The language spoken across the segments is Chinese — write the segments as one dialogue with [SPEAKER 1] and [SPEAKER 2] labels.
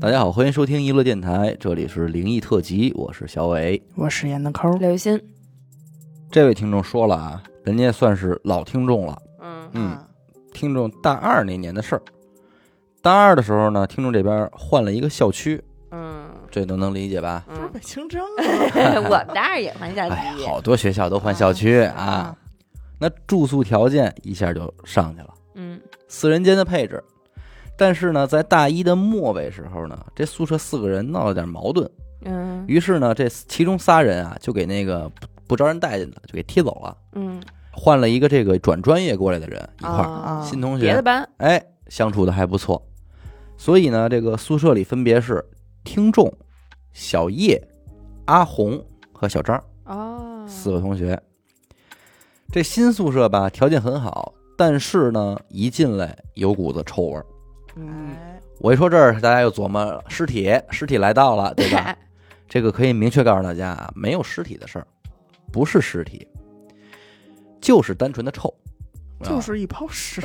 [SPEAKER 1] 大家好，欢迎收听娱乐电台，这里是灵异特辑，我是小伟。
[SPEAKER 2] 我是演的抠儿，
[SPEAKER 3] 刘雨欣，
[SPEAKER 1] 这位听众说了啊，人家算是老听众了，
[SPEAKER 3] 嗯
[SPEAKER 1] 嗯
[SPEAKER 2] 啊，
[SPEAKER 1] 听众大二那年的事儿。大二的时候呢，听众这边换了一个校区，
[SPEAKER 3] 嗯
[SPEAKER 1] 这都能理解吧？
[SPEAKER 2] 不是
[SPEAKER 3] 嗯，
[SPEAKER 2] 北清蒸啊
[SPEAKER 3] 我们当然也换相
[SPEAKER 1] 哎，
[SPEAKER 3] 机，
[SPEAKER 1] 好多学校都换校区啊
[SPEAKER 2] 啊，
[SPEAKER 1] 那住宿条件一下就上去了，
[SPEAKER 3] 嗯
[SPEAKER 1] 四人间的配置。但是呢，在大一的末尾时候呢，这宿舍四个人闹了点矛盾，
[SPEAKER 3] 嗯
[SPEAKER 1] 于是呢，这其中仨人啊，就给那个不不招人待见的就给踢走了，
[SPEAKER 3] 嗯，
[SPEAKER 1] 换了一个这个转专业过来的人一块儿，
[SPEAKER 3] 啊
[SPEAKER 1] 新同
[SPEAKER 3] 别的
[SPEAKER 1] 学，
[SPEAKER 3] 班，
[SPEAKER 1] 哎，相处的还不错。所以呢，这个宿舍里分别是听众、小叶、阿红和小张
[SPEAKER 3] 哦，
[SPEAKER 1] 四个同学。这新宿舍吧，条件很好，但是呢，一进来有股子臭味儿。
[SPEAKER 2] 嗯，
[SPEAKER 3] 嗯，
[SPEAKER 1] 我一说这儿，大家又琢磨了尸体，尸体来到了，对吧？这个可以明确告诉大家啊，没有尸体的事儿，不是尸体，就是单纯的臭，
[SPEAKER 2] 就
[SPEAKER 1] 啊
[SPEAKER 2] 是一泡 屎，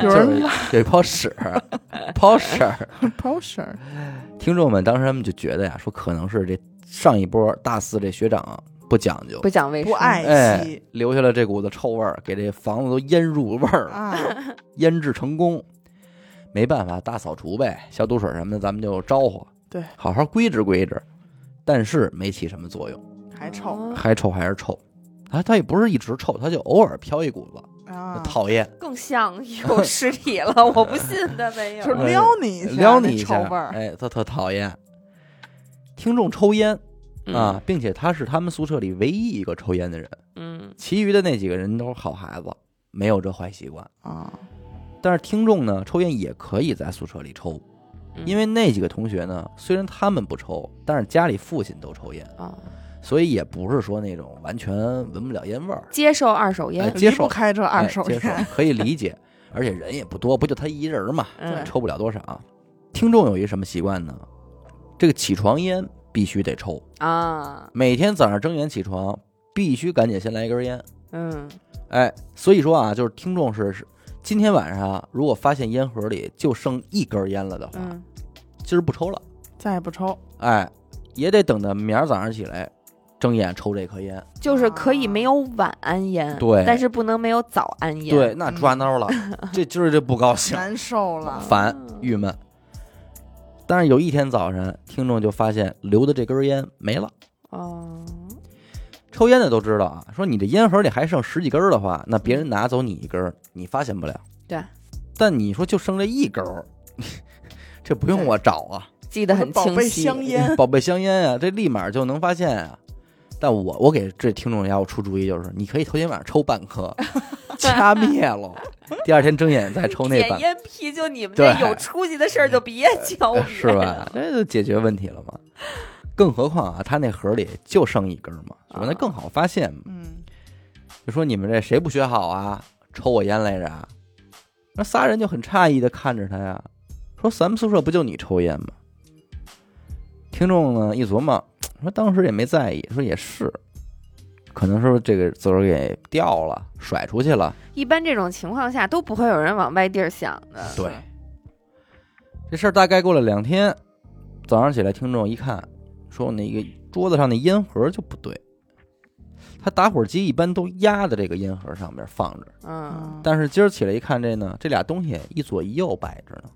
[SPEAKER 1] 就
[SPEAKER 2] 有人拉
[SPEAKER 1] 有一泡屎，泡屎儿。
[SPEAKER 2] 泡屎儿，
[SPEAKER 1] 听众们当时他们就觉得呀，说可能是这上一波大四这学长不讲究
[SPEAKER 3] 不，讲卫生，
[SPEAKER 2] 不爱
[SPEAKER 1] 哎
[SPEAKER 2] 惜，
[SPEAKER 1] 留下了这股子臭味儿，给这房子都腌入味儿了，
[SPEAKER 2] 啊，
[SPEAKER 1] 腌制成功。没办法，大扫除呗，消毒水什么的咱们就招呼，
[SPEAKER 2] 对，
[SPEAKER 1] 好好规制规制。但是没起什么作用，
[SPEAKER 2] 还臭
[SPEAKER 3] 哦，
[SPEAKER 1] 还臭还是臭。啊，它也不是一直臭，它就偶尔飘一股子，
[SPEAKER 2] 啊，
[SPEAKER 1] 讨厌。
[SPEAKER 3] 更像有尸体了，我不信他没有
[SPEAKER 2] 就，是撩你一下，
[SPEAKER 1] 撩你一
[SPEAKER 2] 那
[SPEAKER 1] 下
[SPEAKER 2] 臭味，儿，
[SPEAKER 1] 哎，他特讨厌。听众抽烟啊
[SPEAKER 3] 嗯，
[SPEAKER 1] 并且他是他们宿舍里唯一一个抽烟的人，
[SPEAKER 3] 嗯
[SPEAKER 1] 其余的那几个人都是好孩子，没有这坏习惯。
[SPEAKER 2] 啊，
[SPEAKER 1] 但是听众呢，抽烟也可以在宿舍里抽，
[SPEAKER 3] 嗯
[SPEAKER 1] 因为那几个同学呢，虽然他们不抽，但是家里父亲都抽烟，
[SPEAKER 3] 啊，
[SPEAKER 1] 所以也不是说那种完全闻不了烟味儿，
[SPEAKER 3] 接受二手
[SPEAKER 1] 哎
[SPEAKER 3] 烟，
[SPEAKER 1] 接
[SPEAKER 2] 离
[SPEAKER 1] 受
[SPEAKER 2] 不开这二
[SPEAKER 1] 哎
[SPEAKER 2] 手
[SPEAKER 1] 接受
[SPEAKER 2] 烟，
[SPEAKER 1] 可以理解，而且人也不多，不就他一人儿嘛，
[SPEAKER 3] 嗯
[SPEAKER 1] 抽不了多少。听众有一什么习惯呢？这个起床烟必须得抽，
[SPEAKER 3] 啊，
[SPEAKER 1] 每天早上睁眼起床必须赶紧先来一根烟。
[SPEAKER 3] 嗯
[SPEAKER 1] 哎，所以说啊，就是听众是是，今天晚上啊如果发现烟盒里就剩一根烟了的话，
[SPEAKER 3] 嗯
[SPEAKER 1] 今儿不抽了，
[SPEAKER 2] 再也不抽，
[SPEAKER 1] 哎，也得等到明儿早上起来睁眼抽这颗烟。
[SPEAKER 3] 就是可以没有晚安烟，
[SPEAKER 1] 对
[SPEAKER 3] 但是不能没有早安烟，嗯
[SPEAKER 1] 对，，那抓挠 了，这今儿这不高兴。
[SPEAKER 2] 难受了，
[SPEAKER 1] 烦
[SPEAKER 3] 嗯
[SPEAKER 1] 郁闷。但是有一天早晨，听众就发现留的这根烟没了。
[SPEAKER 3] 哦，
[SPEAKER 1] 嗯抽烟的都知道啊，说你这烟盒里还剩十几根儿的话，那别人拿走你一根儿，你发现不了。
[SPEAKER 3] 嗯对。
[SPEAKER 1] 但你说就剩这一根儿， 这不用我找啊，
[SPEAKER 3] 记得很
[SPEAKER 2] 宝
[SPEAKER 3] 清
[SPEAKER 2] 贝
[SPEAKER 3] 晰，
[SPEAKER 2] 香烟
[SPEAKER 1] 宝贝香烟啊，这立马就能发现啊。但我我给这听众要出主意，就是你可以头天晚上抽半 颗，掐灭了，第二天睁眼再抽那 半
[SPEAKER 3] 捡
[SPEAKER 1] 颗。
[SPEAKER 3] 烟屁，就你们
[SPEAKER 1] 对
[SPEAKER 3] 这有出息的事儿就别教我
[SPEAKER 1] 呃
[SPEAKER 3] 们，
[SPEAKER 1] 是吧？这就解决问题了嘛。更何况啊，他那盒里就剩一根儿嘛，是吧？那
[SPEAKER 3] 啊
[SPEAKER 1] 更好发现嘛。
[SPEAKER 2] 嗯，
[SPEAKER 1] 就说你们这谁不学好啊？抽我烟来着啊？那仨人就很诧异的看着他呀，说咱们宿舍不就你抽烟吗？听众呢一琢磨，说当时也没在意，说也是，可能是这个自个儿给掉了，甩出去了。
[SPEAKER 3] 一般这种情况下都不会有人往外地儿想的。
[SPEAKER 1] 对，这事儿大概过了两天，早上起来，听众一看，说我那个桌子上那烟盒就不对。他打火机一般都压在这个烟盒上面放着，
[SPEAKER 2] 啊
[SPEAKER 3] 嗯，
[SPEAKER 1] 但是今儿起来一看，这呢，这俩东西一左一右摆着呢，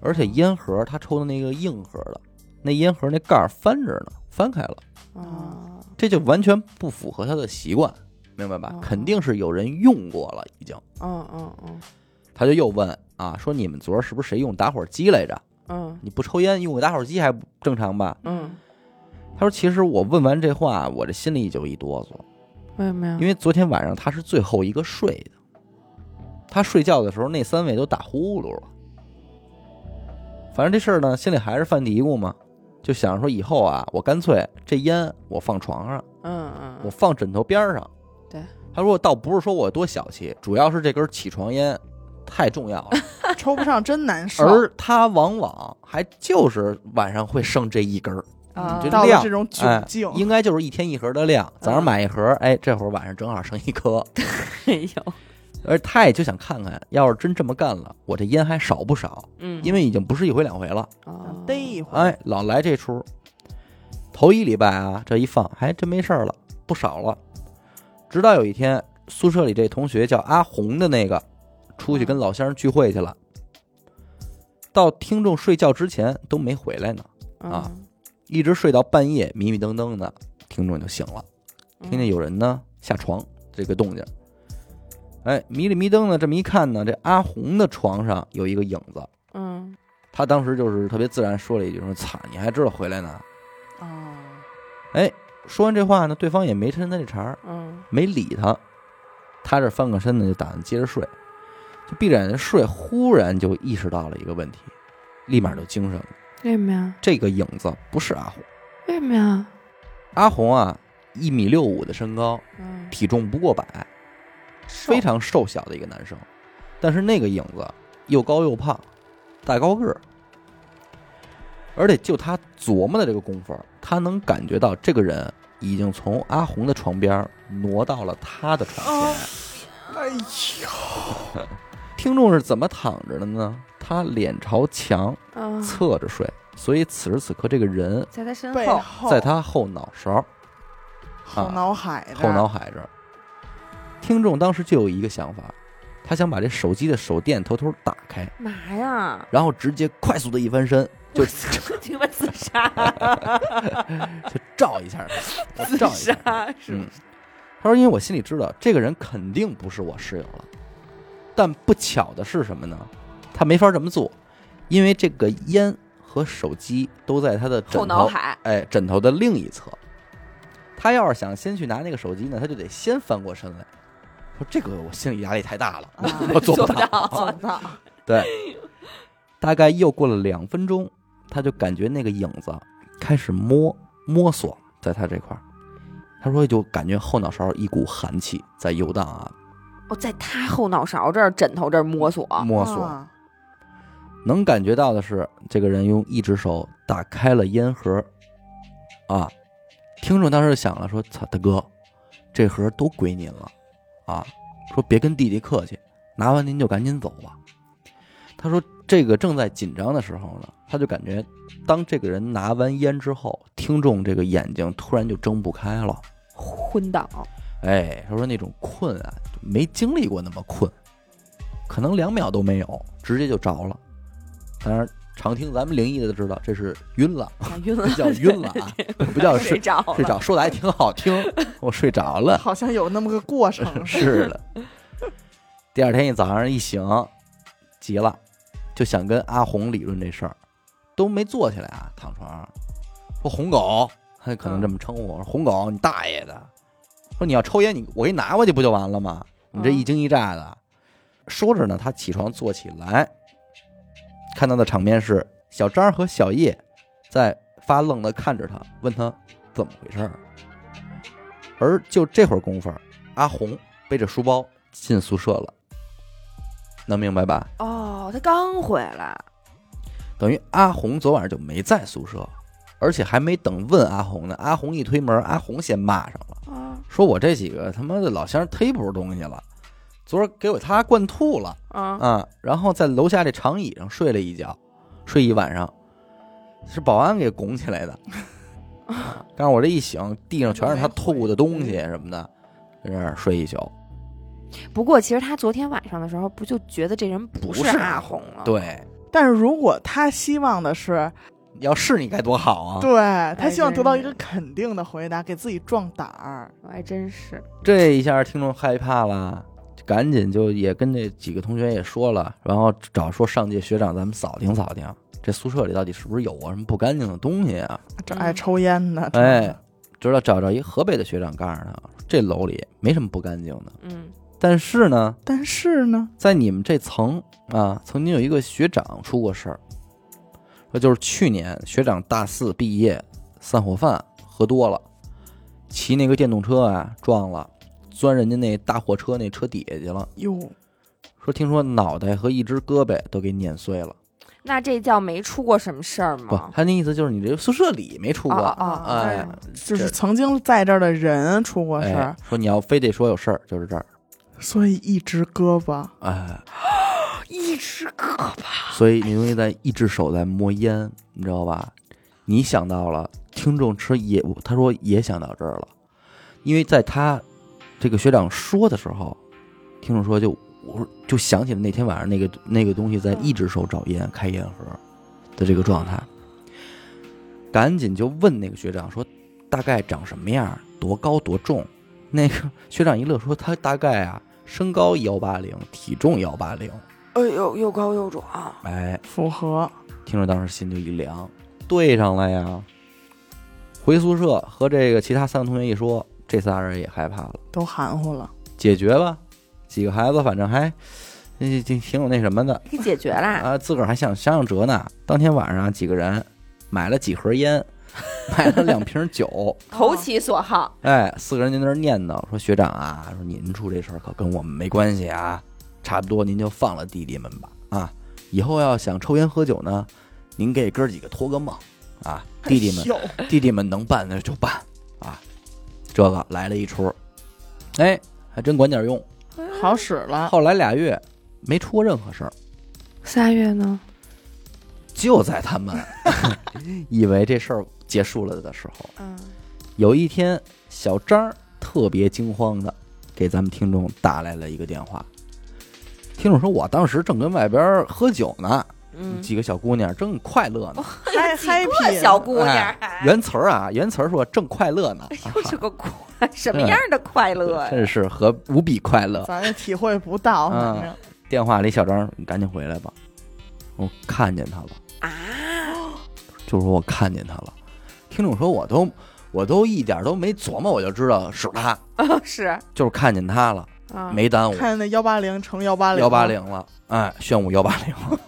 [SPEAKER 1] 而且烟盒他抽的那个硬盒的，那烟盒那盖儿翻着呢，翻开了，
[SPEAKER 3] 哦，
[SPEAKER 1] 这就完全不符合他的习惯，明白吧
[SPEAKER 3] 哦？
[SPEAKER 1] 肯定是有人用过了，已经。
[SPEAKER 3] 嗯嗯嗯
[SPEAKER 1] 他就又问啊，说你们昨儿是不是谁用打火机来着？
[SPEAKER 3] 嗯
[SPEAKER 1] 你不抽烟用个打火机还不正常吧？
[SPEAKER 3] 嗯，
[SPEAKER 1] 他说：“其实我问完这话，我这心里就一哆嗦，
[SPEAKER 3] 为什么呀
[SPEAKER 1] 因？为昨天晚上他是最后一个睡的，他睡觉的时候那三位都打呼噜了。反正这事儿呢，心里还是犯嘀咕嘛，就想说以后啊，我干脆这烟我放床上，
[SPEAKER 3] 嗯
[SPEAKER 1] 我
[SPEAKER 3] 嗯
[SPEAKER 1] 放枕头边儿上。”
[SPEAKER 3] 对，
[SPEAKER 1] 他说：“倒不是说我多小气，主要是这根起床烟太重 要了，
[SPEAKER 2] 抽不上真难受，
[SPEAKER 1] 而他往往还就是晚上会剩这一根儿。”
[SPEAKER 3] 啊
[SPEAKER 1] 你就
[SPEAKER 2] 到
[SPEAKER 1] 亮
[SPEAKER 2] 了这种
[SPEAKER 1] 哎
[SPEAKER 2] 窘境，
[SPEAKER 1] 应
[SPEAKER 3] 嗯
[SPEAKER 1] 该就是一天一盒的量，早上买一盒，哎，这会儿晚上正好剩一颗。
[SPEAKER 3] 没有，
[SPEAKER 1] 而他也就想看看，要是真这么干了，我这烟还少不少？
[SPEAKER 3] 嗯，
[SPEAKER 1] 因为已经不是一回两回了。
[SPEAKER 3] 哦
[SPEAKER 2] 逮啊一回，
[SPEAKER 1] 哎，老来这出，头一礼拜啊，这一放还真没事儿了，不少了。直到有一天，宿舍里这同学叫阿红的那个，出去跟老乡聚会去了，到听众睡觉之前都没回来呢，
[SPEAKER 3] 嗯
[SPEAKER 1] 啊，一直睡到半夜迷迷瞪瞪的，听众就醒了，
[SPEAKER 3] 嗯
[SPEAKER 1] 听见有人呢下床这个动静。哎，迷里迷瞪的这么一看呢，这阿红的床上有一个影子，
[SPEAKER 3] 嗯
[SPEAKER 1] 他当时就是特别自然说了一句说：“操，你还知道回来呢？”
[SPEAKER 2] 啊，
[SPEAKER 1] 哎，说完这话呢，对方也没抻他这茬儿，
[SPEAKER 3] 嗯
[SPEAKER 1] 没理他。他这翻个身呢，就打算接着睡，就闭着眼睛睡，忽然就意识到了一个问题，立马就精神了。
[SPEAKER 3] 为什么呀？
[SPEAKER 1] 这个影子不是阿红，
[SPEAKER 3] 为什么呀？
[SPEAKER 1] 阿红啊，一米六五的身高，
[SPEAKER 2] 嗯，
[SPEAKER 1] 体重不过百，非常瘦小的一个男生，但是那个影子又高又胖，大高个儿。而且就他琢磨的这个功夫儿，他能感觉到这个人已经从阿红的床边儿挪到了他的床前。
[SPEAKER 2] 哎呦，
[SPEAKER 1] 听众是怎么躺着的呢？他脸朝墙，
[SPEAKER 3] 嗯，
[SPEAKER 1] 侧着睡，所以此时此刻这个人
[SPEAKER 3] 在他身
[SPEAKER 2] 背
[SPEAKER 3] 后，
[SPEAKER 2] 后
[SPEAKER 1] 在他后脑勺、
[SPEAKER 2] 后脑海的
[SPEAKER 1] 后脑海这儿。听众当时就有一个想法，他想把这手机的手电偷偷打开，
[SPEAKER 3] 嘛呀？
[SPEAKER 1] 然后直接快速的一翻身，就
[SPEAKER 3] 你们自杀，
[SPEAKER 1] 就照 一下，我
[SPEAKER 3] 自
[SPEAKER 1] 照一下。
[SPEAKER 3] 杀是
[SPEAKER 1] 嗯，他说，因为我心里知道这个人肯定不是我室友了，但不巧的是什么呢？他没法这么做，因为这个烟和手机都在他的枕头
[SPEAKER 3] 后脑海，
[SPEAKER 1] 哎，枕头的另一侧。他要是想先去拿那个手机呢，他就得先翻过身来。说这个我心理压力太大了，
[SPEAKER 3] 哦
[SPEAKER 1] 我
[SPEAKER 2] 啊
[SPEAKER 1] 我做不
[SPEAKER 3] 做不
[SPEAKER 1] 到。
[SPEAKER 2] 做
[SPEAKER 3] 到，
[SPEAKER 2] 到，
[SPEAKER 1] 对，大概又过了两分钟，他就感觉那个影子开始摸摸索在他这块儿。他说就感觉后脑勺一股寒气在游荡啊，
[SPEAKER 3] 我哦在他后脑勺这儿、枕头这儿摸索，
[SPEAKER 1] 摸索，
[SPEAKER 2] 啊
[SPEAKER 1] 能感觉到的是，这个人用一只手打开了烟盒，啊，听众当时就想了，说：“操，大哥，这盒都归您了，啊，说别跟弟弟客气，拿完您就赶紧走吧。”他说：“这个正在紧张的时候呢，他就感觉，当这个人拿完烟之后，听众这个眼睛突然就睁不开了。”
[SPEAKER 3] 昏倒，
[SPEAKER 1] 哎，他说那种困啊，没经历过那么困，可能两秒都没有，直接就着了。当然，常听咱们灵异的都知道，这是晕了，
[SPEAKER 3] 啊晕了
[SPEAKER 1] 这，叫晕了 啊，不叫
[SPEAKER 3] 睡
[SPEAKER 1] 睡
[SPEAKER 3] 着
[SPEAKER 1] 睡
[SPEAKER 3] 了，
[SPEAKER 1] 着，说的还挺好 听，我睡着了。
[SPEAKER 2] 好像有那么个过 程似
[SPEAKER 1] 是的。第二天一早上一醒，急了，就想跟阿红理论这事儿，都没坐起来啊，躺床上说红狗，他可能这么称呼我，说红狗你大爷的，说你要抽烟你我给你拿过去不就完了吗？你这一惊一乍的，说着呢，他起床坐起来，看到的场面是小张和小叶在发愣的看着他，问他怎么回事儿。而就这会儿功夫，阿红背着书包进宿舍了，能明白吧？
[SPEAKER 3] 哦，他刚回来，
[SPEAKER 1] 等于阿红昨晚上就没在宿舍，而且还没等问阿红呢，阿红一推门，阿红先骂上了，
[SPEAKER 3] 啊
[SPEAKER 1] 说我这几个他妈的老乡忒不是东西了，昨儿给我他灌吐了
[SPEAKER 3] 啊，
[SPEAKER 1] 啊！然后在楼下这长椅上睡了一觉，睡一晚上，是保安给拱起来的。啊但是我这一醒，地上全是他吐的东西什么的，在这儿睡一宿。
[SPEAKER 3] 不过其实他昨天晚上的时候，不就觉得这人不
[SPEAKER 1] 不是
[SPEAKER 3] 阿红了？，
[SPEAKER 1] 对，
[SPEAKER 2] 的。但是如果他希望的
[SPEAKER 1] 啊
[SPEAKER 2] 是，
[SPEAKER 1] 要是你该多好啊！
[SPEAKER 2] 对
[SPEAKER 3] 哎
[SPEAKER 2] 他希望
[SPEAKER 3] 真
[SPEAKER 2] 得到一
[SPEAKER 3] 是
[SPEAKER 2] 个肯定的回答，给自己壮胆儿。
[SPEAKER 3] 还真是，
[SPEAKER 1] 这一下听众害怕了，就赶紧就也跟这几个同学也说了，然后找说上届学长咱们扫听扫听，这宿舍里到底是不是有啊什么不干净的东西啊？
[SPEAKER 2] 这
[SPEAKER 3] 嗯
[SPEAKER 2] 爱抽烟的，真
[SPEAKER 1] 哎
[SPEAKER 2] 的，
[SPEAKER 1] 直到找着一河北的学长告诉他，这楼里没什么不干净的，
[SPEAKER 3] 嗯
[SPEAKER 1] 但是呢，
[SPEAKER 2] 但是呢，
[SPEAKER 1] 在你们这层啊，曾经有一个学长出过事儿，那就是去年学长大四毕业，散伙饭喝多了，骑那个电动车啊撞了，钻人家那大货车那车底下去了。
[SPEAKER 2] 哟，
[SPEAKER 1] 说听说脑袋和一只胳膊都给碾碎了，
[SPEAKER 3] 那这叫没出过什么事儿
[SPEAKER 1] 不
[SPEAKER 3] 吗，？
[SPEAKER 1] 他那意思就是你这宿舍里没出
[SPEAKER 3] 哦
[SPEAKER 1] 过，
[SPEAKER 3] 哦哦
[SPEAKER 2] 啊
[SPEAKER 1] 哎
[SPEAKER 3] 哦，
[SPEAKER 2] 就是
[SPEAKER 1] 这
[SPEAKER 2] 曾经在这儿的人出过事
[SPEAKER 1] 哎
[SPEAKER 2] 儿，，
[SPEAKER 1] 说你要非得说有事儿，就是这儿。
[SPEAKER 2] 所以一只胳膊
[SPEAKER 1] 哎，
[SPEAKER 3] 一只胳膊，
[SPEAKER 1] 所以你容易在一只手在摸烟，你知道吧？你想到了，听众吃也，他说也想到这儿了，因为在他这个学长说的时候，听众说就我说就想起了那天晚上那个那个东西在一只手找烟开烟盒的这个状态，赶紧就问那个学长说大概长什么样，多高多重？那个学长一乐说他大概啊身高幺八零，体重幺八零，
[SPEAKER 3] 哎呦，又高又壮，
[SPEAKER 1] 哎。
[SPEAKER 2] 符合，
[SPEAKER 1] 听着当时心就一凉，对上了呀。回宿舍和这个其他三个同学一说，这仨人也害怕了，
[SPEAKER 2] 都含糊了。
[SPEAKER 1] 解决吧。几个孩子反正还，这这挺有那什么的
[SPEAKER 3] 给解决啦。
[SPEAKER 1] 啊，自个儿还想想想辙呢。当天晚上几个人买了几盒烟，买了两瓶酒，
[SPEAKER 3] 投其所好，
[SPEAKER 1] 哎，四个人就在那儿念叨说：“学长啊，说您出这事儿可跟我们没关系啊，差不多您就放了弟弟们吧啊，以后要想抽烟喝酒呢，您给哥几个托个梦啊，弟弟们
[SPEAKER 2] 哎呦
[SPEAKER 1] 弟弟们能办的就办啊。这个来了一出，哎，还真管点用。
[SPEAKER 2] 好使了，
[SPEAKER 1] 后来俩月没出过任何事儿，
[SPEAKER 3] 仨月呢？
[SPEAKER 1] 就在他们 以为这事儿结束了的时候，
[SPEAKER 3] 嗯，
[SPEAKER 1] 有一天小张儿特别惊慌的给咱们听众打来了一个电话。听众说：“我当时正跟外边儿喝酒呢，
[SPEAKER 3] 嗯，
[SPEAKER 1] 几个小姑娘正快乐呢。
[SPEAKER 2] 嗨
[SPEAKER 3] 几个
[SPEAKER 2] happy
[SPEAKER 3] 嗯小姑娘
[SPEAKER 1] 哎，原词儿啊，原词儿说正快乐呢，
[SPEAKER 3] 又是个快，什么样的快乐呀？
[SPEAKER 1] 嗯真是和无比快乐。
[SPEAKER 2] 咱也体会不到，
[SPEAKER 1] 嗯
[SPEAKER 2] 反正
[SPEAKER 1] 电话里小张，你赶紧回来吧，我看见他了，
[SPEAKER 3] 啊，
[SPEAKER 1] 就说我看见他了。听众说我都我都一点都没琢磨，我就知道是他，
[SPEAKER 3] 哦是
[SPEAKER 1] 就是看见他了，
[SPEAKER 3] 啊，
[SPEAKER 1] 没耽误
[SPEAKER 2] 看见那幺八零乘幺八零，
[SPEAKER 1] 幺八零了，哎，炫舞幺八 零了，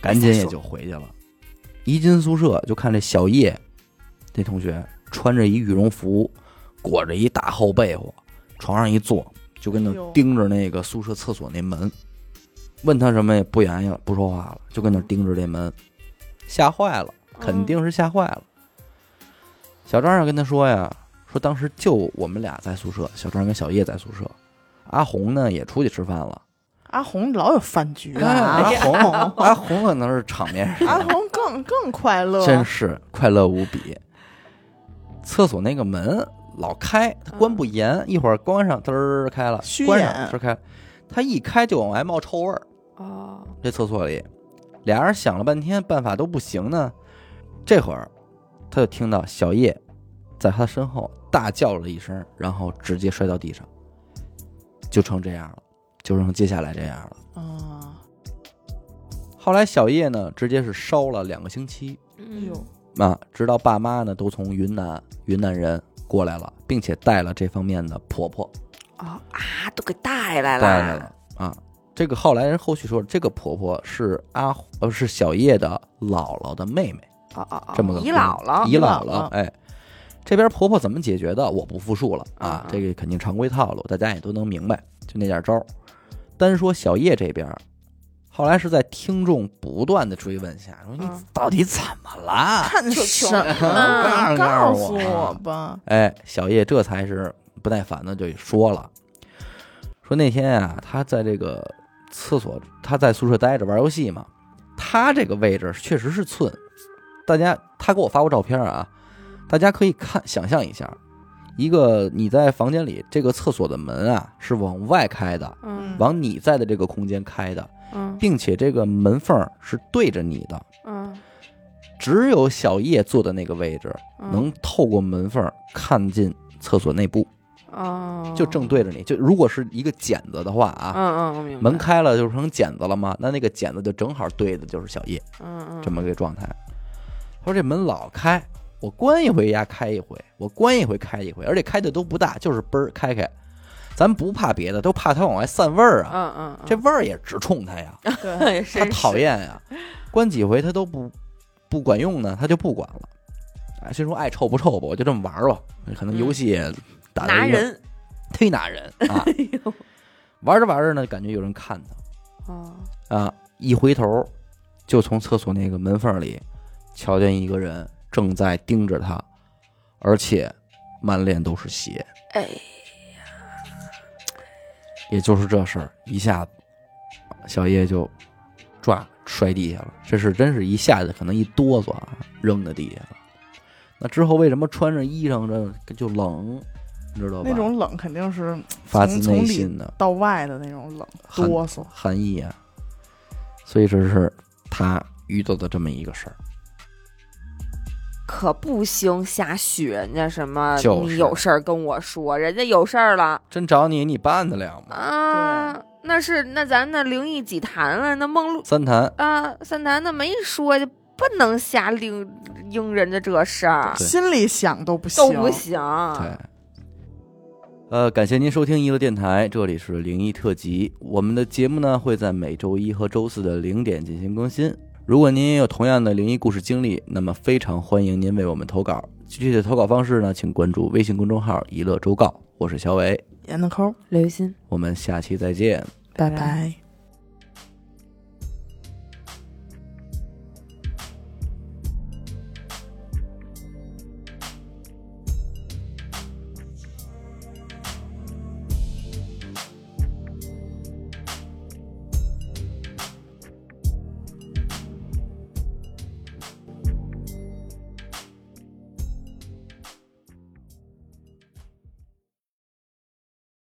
[SPEAKER 1] 赶紧也就回去了。一进宿舍就看这小叶，这同学穿着一羽绒服，裹着一大厚被窝，床上一坐，就跟那
[SPEAKER 2] 哎呦
[SPEAKER 1] 盯着那个宿舍厕所那门，问他什么也不言语了，不说话了，就跟那
[SPEAKER 2] 嗯
[SPEAKER 1] 盯着这门，吓坏了，肯定是吓坏了。小张要跟他说呀，说当时就我们俩在宿舍，小张跟小叶在宿舍，阿红呢也出去吃饭了。哎
[SPEAKER 2] 阿红老有饭局啊，
[SPEAKER 1] 阿
[SPEAKER 2] 阿
[SPEAKER 1] 红，阿红可能是场面上，
[SPEAKER 2] 红更更快乐，
[SPEAKER 1] 真是快乐无比。厕所那个门老开，它关不严，一会儿关上，嘚儿开了
[SPEAKER 2] 嗯虚，
[SPEAKER 1] 关
[SPEAKER 2] 掩
[SPEAKER 1] 上嘚儿开了，它一开就往外冒臭味儿。
[SPEAKER 3] 哦，
[SPEAKER 1] 这厕所里，俩人想了半天办法都不行呢。这会儿，他就听到小叶在他身后大叫了一声，然后直接摔到地上，就成这样了，就成接下来这样了。
[SPEAKER 2] 啊，
[SPEAKER 1] 后来小叶呢，直接是烧了两个星期
[SPEAKER 2] 哎
[SPEAKER 3] 嗯
[SPEAKER 2] 呦，
[SPEAKER 1] 啊，直到爸妈呢都从云南云南人过来了，并且带了这方面的婆婆
[SPEAKER 3] 哦啊，都给带来了，
[SPEAKER 1] 带来了啊。这个后来人后续说，这个婆婆是阿呃是小叶的姥姥的妹妹，
[SPEAKER 3] 哦哦哦，
[SPEAKER 1] 这么个
[SPEAKER 3] 姨姥姥，
[SPEAKER 1] 姨姥
[SPEAKER 2] 姨
[SPEAKER 1] 姥
[SPEAKER 2] 姥姥
[SPEAKER 1] 哎。这边婆婆怎么解决的，我不复述了啊
[SPEAKER 3] 啊，
[SPEAKER 1] 这个肯定常规套路，大家也都能明白，就那点招儿。单说小叶这边，后来是在听众不断的追问下，说你
[SPEAKER 3] 嗯
[SPEAKER 1] 到底怎么了？
[SPEAKER 2] 看
[SPEAKER 3] 就
[SPEAKER 2] 什
[SPEAKER 3] 穷
[SPEAKER 1] 啊
[SPEAKER 2] 么？嗯告诉
[SPEAKER 1] 我
[SPEAKER 2] 我吧，
[SPEAKER 1] 哎，小叶这才是不耐烦的就说了，说那天啊，他在这个厕所，他在宿舍待着玩游戏嘛，他这个位置确实是寸，大家他给我发过照片啊，大家可以看想象一下，一个你在房间里这个厕所的门啊是往外开的，
[SPEAKER 3] 嗯
[SPEAKER 1] 往你在的这个空间开的，
[SPEAKER 3] 嗯
[SPEAKER 1] 并且这个门缝儿是对着你的，
[SPEAKER 3] 嗯，
[SPEAKER 1] 只有小叶坐的那个位置
[SPEAKER 3] 嗯
[SPEAKER 1] 能透过门缝儿看进厕所内部。
[SPEAKER 3] 哦，
[SPEAKER 1] 就正对着你。就如果是一个剪子的话啊，
[SPEAKER 3] 嗯嗯，我明白，
[SPEAKER 1] 门开了就成剪子了嘛，那那个剪子就正好对的就是小叶
[SPEAKER 3] 嗯嗯，
[SPEAKER 1] 这么个状态。他说这门老开，我关一回呀开一回，我关一回开一回，而且开的都不大，就是嘣儿开开。咱不怕别的，都怕它往外散味儿啊，
[SPEAKER 3] 嗯嗯，嗯
[SPEAKER 1] 这味儿也直冲它呀，
[SPEAKER 2] 对，
[SPEAKER 3] 哎
[SPEAKER 1] 它
[SPEAKER 3] 真
[SPEAKER 1] 讨
[SPEAKER 3] 是
[SPEAKER 1] 厌呀。关几回它都不不管用呢，它就不管了。哎，谁说爱臭不臭吧，我就这么玩儿吧，可能游戏也打到
[SPEAKER 3] 嗯拿
[SPEAKER 1] 一定
[SPEAKER 3] 人，
[SPEAKER 1] 忒拿 人啊！
[SPEAKER 3] 哎呦，
[SPEAKER 1] 玩着玩着呢，感觉有人看
[SPEAKER 3] 哦，
[SPEAKER 1] 他啊，一回头就从厕所那个门缝里瞧见一个人正在盯着他，而且满脸都是血。
[SPEAKER 3] 哎，
[SPEAKER 1] 也就是这事儿，一下子小叶就抓摔地下了。这是真是一下子可能一哆嗦啊，扔在地下了。那之后为什么穿上衣裳这就冷，你知道吧？
[SPEAKER 2] 那种冷肯定是
[SPEAKER 1] 发自
[SPEAKER 2] 从
[SPEAKER 1] 内
[SPEAKER 2] 里
[SPEAKER 1] 心的
[SPEAKER 2] 到外的那种冷，
[SPEAKER 1] 很
[SPEAKER 2] 哆嗦。
[SPEAKER 1] 含义啊。所以这是他遇到的这么一个事儿。
[SPEAKER 3] 可不兴瞎许人家什么，
[SPEAKER 1] 就是
[SPEAKER 3] 你有事儿跟我说，人家有事儿了
[SPEAKER 1] 真找你，你办得了吗？
[SPEAKER 3] 啊，那是那咱那灵异几坛了，那梦露
[SPEAKER 1] 三谈
[SPEAKER 3] 啊三坛那没说，就不能瞎领应人家这事儿
[SPEAKER 1] 对
[SPEAKER 2] 心里想都不行，
[SPEAKER 3] 都不行。
[SPEAKER 1] 对。呃，感谢您收听娱乐电台，这里是灵异特辑。我们的节目呢会在每周一和周四的零点进行更新。如果您也有同样的灵异故事经历，那么非常欢迎您为我们投稿。具体的投稿方式呢，请关注微信公众号“娱乐周告”。我是小伟，
[SPEAKER 2] 严的抠，
[SPEAKER 3] 刘雨欣，
[SPEAKER 1] 我们下期再见。
[SPEAKER 3] 拜
[SPEAKER 2] 拜。